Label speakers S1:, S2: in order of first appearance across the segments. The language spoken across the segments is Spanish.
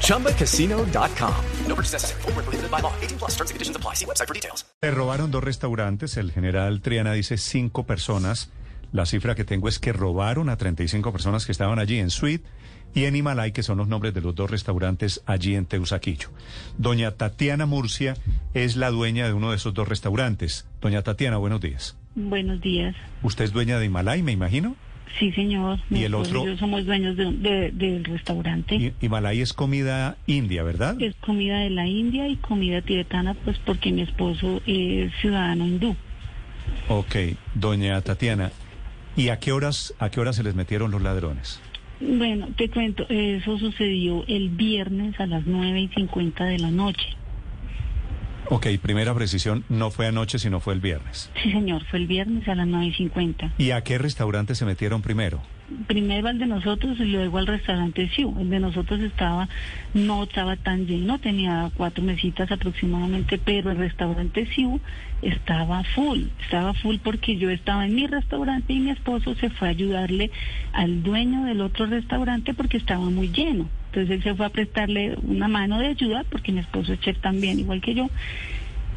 S1: ChumbaCasino.com. No purchase necessary. Void where prohibited by law. 18 plus terms and conditions apply. See website for details.
S2: Le robaron dos restaurantes. El general Triana dice cinco personas. La cifra que tengo es que robaron a 35 personas que estaban allí en Suite y en Himalay, que son los nombres de los dos restaurantes allí en Teusaquillo. Doña Tatiana Murcia es la dueña de uno de esos dos restaurantes. Doña Tatiana, buenos días.
S3: Buenos días.
S2: Usted es dueña de Himalay, me imagino.
S3: Sí, señor.
S2: ¿Y
S3: Mi
S2: el
S3: esposo
S2: otro?
S3: Yo somos dueños de, un- de- del restaurante.
S2: Y- Himalay es comida india, ¿verdad?
S3: Es comida de la India y comida tibetana, pues porque mi esposo es ciudadano hindú.
S2: Ok, doña Tatiana. ¿Y a qué horas, a qué horas se les metieron los ladrones?
S3: Bueno, te cuento, eso sucedió el viernes a las 9 y 50 de la noche.
S2: Ok, primera precisión, no fue anoche, sino fue el viernes.
S3: Sí, señor, fue el viernes a las 9 y 50.
S2: ¿Y a qué restaurante se metieron primero?
S3: Primero al de nosotros y luego al restaurante Siu. El de nosotros estaba, no estaba tan lleno, tenía cuatro mesitas aproximadamente, pero el restaurante Siu estaba full. Estaba full porque yo estaba en mi restaurante y mi esposo se fue a ayudarle al dueño del otro restaurante porque estaba muy lleno. Entonces él se fue a prestarle una mano de ayuda porque mi esposo es chef también, igual que yo.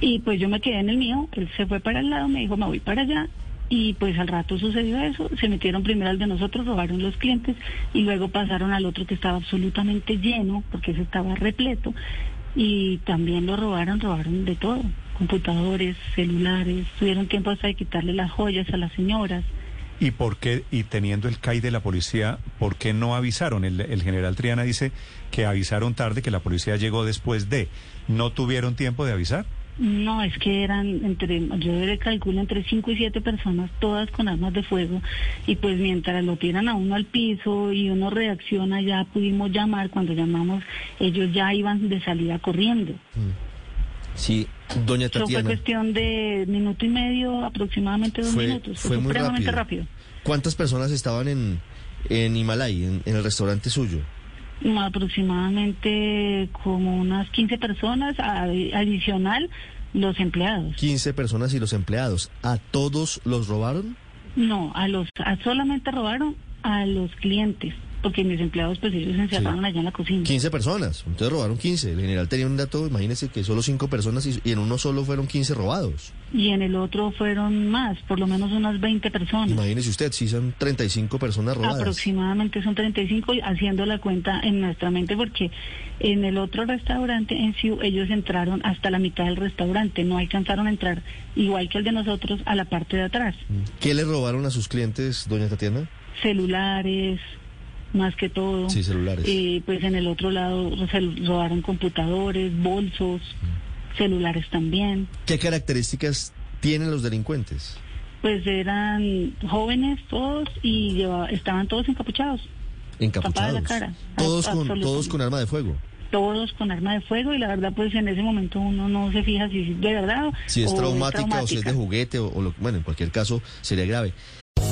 S3: Y pues yo me quedé en el mío, él se fue para el lado, me dijo, me voy para allá. Y pues al rato sucedió eso, se metieron primero al de nosotros, robaron los clientes y luego pasaron al otro que estaba absolutamente lleno, porque ese estaba repleto. Y también lo robaron, robaron de todo, computadores, celulares, tuvieron tiempo hasta de quitarle las joyas a las señoras.
S2: ¿Y por qué, y teniendo el CAI de la policía, por qué no avisaron? El, el general Triana dice que avisaron tarde, que la policía llegó después de. ¿No tuvieron tiempo de avisar?
S3: No, es que eran entre, yo le calculo entre 5 y 7 personas, todas con armas de fuego, y pues mientras lo tiran a uno al piso y uno reacciona, ya pudimos llamar, cuando llamamos ellos ya iban de salida corriendo.
S4: Sí, doña
S3: Eso fue
S4: Tatiana.
S3: cuestión de minuto y medio, aproximadamente dos
S4: Fue,
S3: minutos, fue,
S4: fue muy
S3: supremamente
S4: rápido.
S3: rápido.
S4: ¿Cuántas personas estaban en, en Himalay, en, en el restaurante suyo?
S3: No, Aproximadamente como unas 15 personas, a- adicional los empleados.
S4: 15 personas y los empleados. ¿A todos los robaron?
S3: No, a los a solamente robaron a los clientes, porque mis empleados pues ellos se encerraron allá en la cocina.
S4: 15 personas. Entonces robaron 15. El general tenía un dato, imagínese que solo 5 personas y, y en uno solo fueron 15 robados.
S3: Y en el otro fueron más, por lo menos unas 20 personas.
S4: Imagínese usted, si son 35 personas robadas.
S3: Aproximadamente son 35 y haciendo la cuenta en nuestra mente porque en el otro restaurante en sí ellos entraron hasta la mitad del restaurante, no alcanzaron a entrar igual que el de nosotros a la parte de atrás.
S4: ¿Qué le robaron a sus clientes, doña Tatiana?
S3: celulares más que todo.
S4: Sí, celulares.
S3: Eh, pues en el otro lado se robaron computadores, bolsos,
S4: Mm.
S3: celulares también.
S4: ¿Qué características tienen los delincuentes?
S3: Pues eran jóvenes todos y lleva- estaban todos encapuchados, Tapada
S4: Encapuchados.
S3: la cara.
S4: Todos con,
S3: Absolutamente.
S4: todos con arma de fuego.
S3: todos con arma de fuego y la verdad pues en ese momento uno no se fija si es de verdad
S4: Si es
S3: o
S4: traumática, o si es
S3: traumática.
S4: de juguete o, o lo- bueno, en cualquier caso sería grave.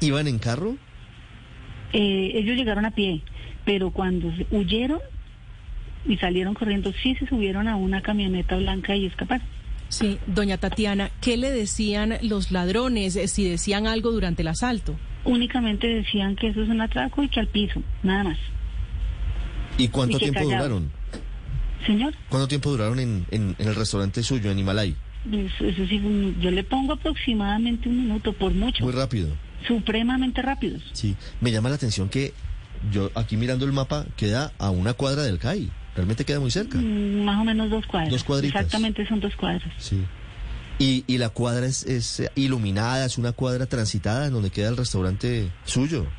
S4: ¿Iban en carro?
S3: Eh, ellos llegaron a pie, pero cuando se- huyeron y salieron corriendo, sí se subieron a una camioneta blanca y escaparon.
S5: Sí, doña Tatiana, ¿qué le decían los ladrones eh, si decían algo durante el asalto?
S3: únicamente decían que eso es un atraco y que al piso, nada más.
S4: ¿Y cuánto
S3: Y que
S4: tiempo
S3: callado.
S4: duraron?
S3: Señor,
S4: ¿Cuánto tiempo duraron en, en- en el restaurante suyo, en Himalay?
S3: eso, eso sí, un- yo le pongo aproximadamente un minuto, por mucho,
S4: Muy rápido.
S3: supremamente rápidos.
S4: Sí. Me llama la atención que yo aquí mirando el mapa queda a una cuadra del CAI. Realmente queda muy cerca.
S3: Mm, Más o menos dos cuadras.
S4: Dos cuadritas.
S3: Exactamente son dos cuadras.
S4: Sí. Y, y la cuadra es, es iluminada, es una cuadra transitada en donde queda el restaurante suyo. Ah,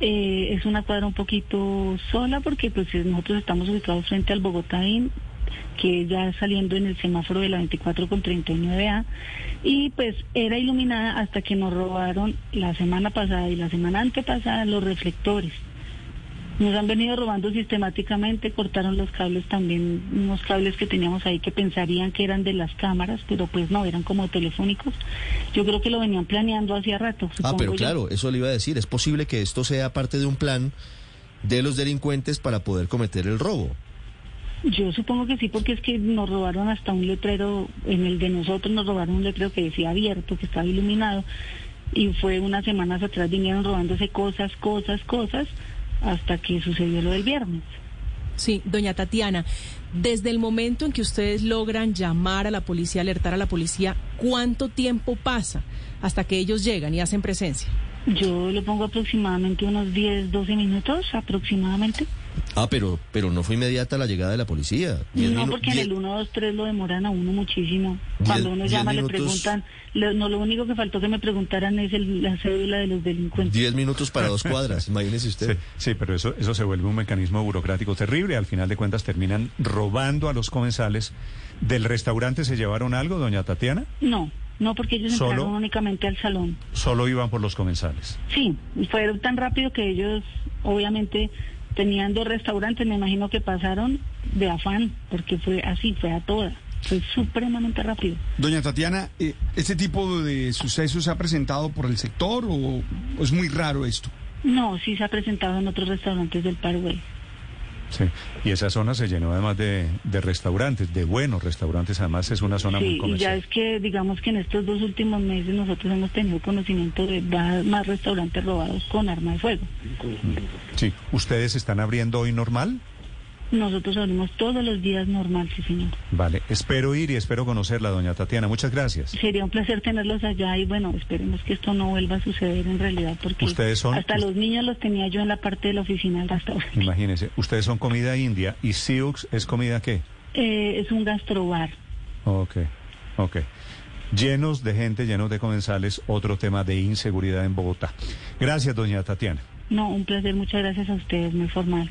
S3: Eh, es una cuadra un poquito sola porque pues nosotros estamos ubicados frente al Bogotá Inn, que ya saliendo en el semáforo de la 24 con 39A y pues era iluminada hasta que nos robaron la semana pasada y la semana antepasada los reflectores. Nos han venido robando sistemáticamente, cortaron los cables también, unos cables que teníamos ahí que pensarían que eran de las cámaras, pero pues no, eran como telefónicos. Yo creo que lo venían planeando hacía rato.
S4: Ah,
S3: supongo
S4: pero
S3: yo.
S4: claro, eso le iba a decir. Es posible que esto sea parte de un plan de los delincuentes para poder cometer el robo.
S3: Yo supongo que sí, porque es que nos robaron hasta un letrero, en el de nosotros nos robaron un letrero que decía abierto, que estaba iluminado, y fue unas semanas atrás vinieron robándose cosas, cosas, cosas, hasta que sucedió lo del viernes.
S5: Sí, doña Tatiana, desde el momento en que ustedes logran llamar a la policía, alertar a la policía, ¿cuánto tiempo pasa hasta que ellos llegan y hacen presencia?
S3: Yo le pongo aproximadamente unos 10, 12 minutos, aproximadamente.
S4: Ah, pero, pero no fue inmediata la llegada de la policía. Diez
S3: No,
S4: minu-
S3: porque en
S4: diez-
S3: el 1, 2, 3 lo demoran a uno muchísimo. Cuando
S4: Diez-
S3: uno
S4: diez
S3: llama le
S4: minutos.
S3: preguntan, lo- no lo único que faltó que me preguntaran es el- la cédula de los delincuentes.
S4: diez minutos para dos cuadras, imagínese
S2: Sí,
S4: usted.
S2: sí, pero eso, eso se vuelve un mecanismo burocrático terrible. Al final de cuentas terminan robando a los comensales. ¿Del restaurante se llevaron algo, doña Tatiana?
S3: No, no porque ellos
S2: ¿Solo?
S3: entraron únicamente al salón.
S2: Solo iban por los comensales.
S3: Sí, y fueron tan rápido que ellos obviamente tenían dos restaurantes, me imagino que pasaron de afán, porque fue así, fue a toda, fue supremamente rápido.
S6: Doña Tatiana, eh, ¿este tipo de sucesos se ha presentado por el sector o es muy raro esto?
S3: No, sí se ha presentado en otros restaurantes del Paraguay.
S2: Sí. Y esa zona se llenó además de, de restaurantes, de buenos restaurantes. Además es una zona muy
S3: Sí, y ya
S2: comercial.
S3: es que digamos que en estos dos últimos meses nosotros hemos tenido conocimiento de va- más restaurantes robados con arma de fuego.
S2: Sí. ¿Ustedes están abriendo hoy normal?
S3: Nosotros abrimos todos los días normal, sí señor.
S2: Vale. Espero ir y espero conocerla, doña Tatiana. Muchas gracias.
S3: Sería un placer tenerlos allá y bueno, esperemos que esto no vuelva a suceder en realidad porque
S2: Ustedes son-
S3: hasta los niños los tenía yo en la parte de la oficina del restaurante.
S2: Imagínense, ustedes son comida india y Sioux es comida qué?
S3: Eh, es un gastrobar.
S2: Ok, ok. Llenos de gente, llenos de comensales, otro tema de inseguridad en Bogotá. Gracias, doña Tatiana.
S3: No, un placer, muchas gracias a ustedes, muy formal.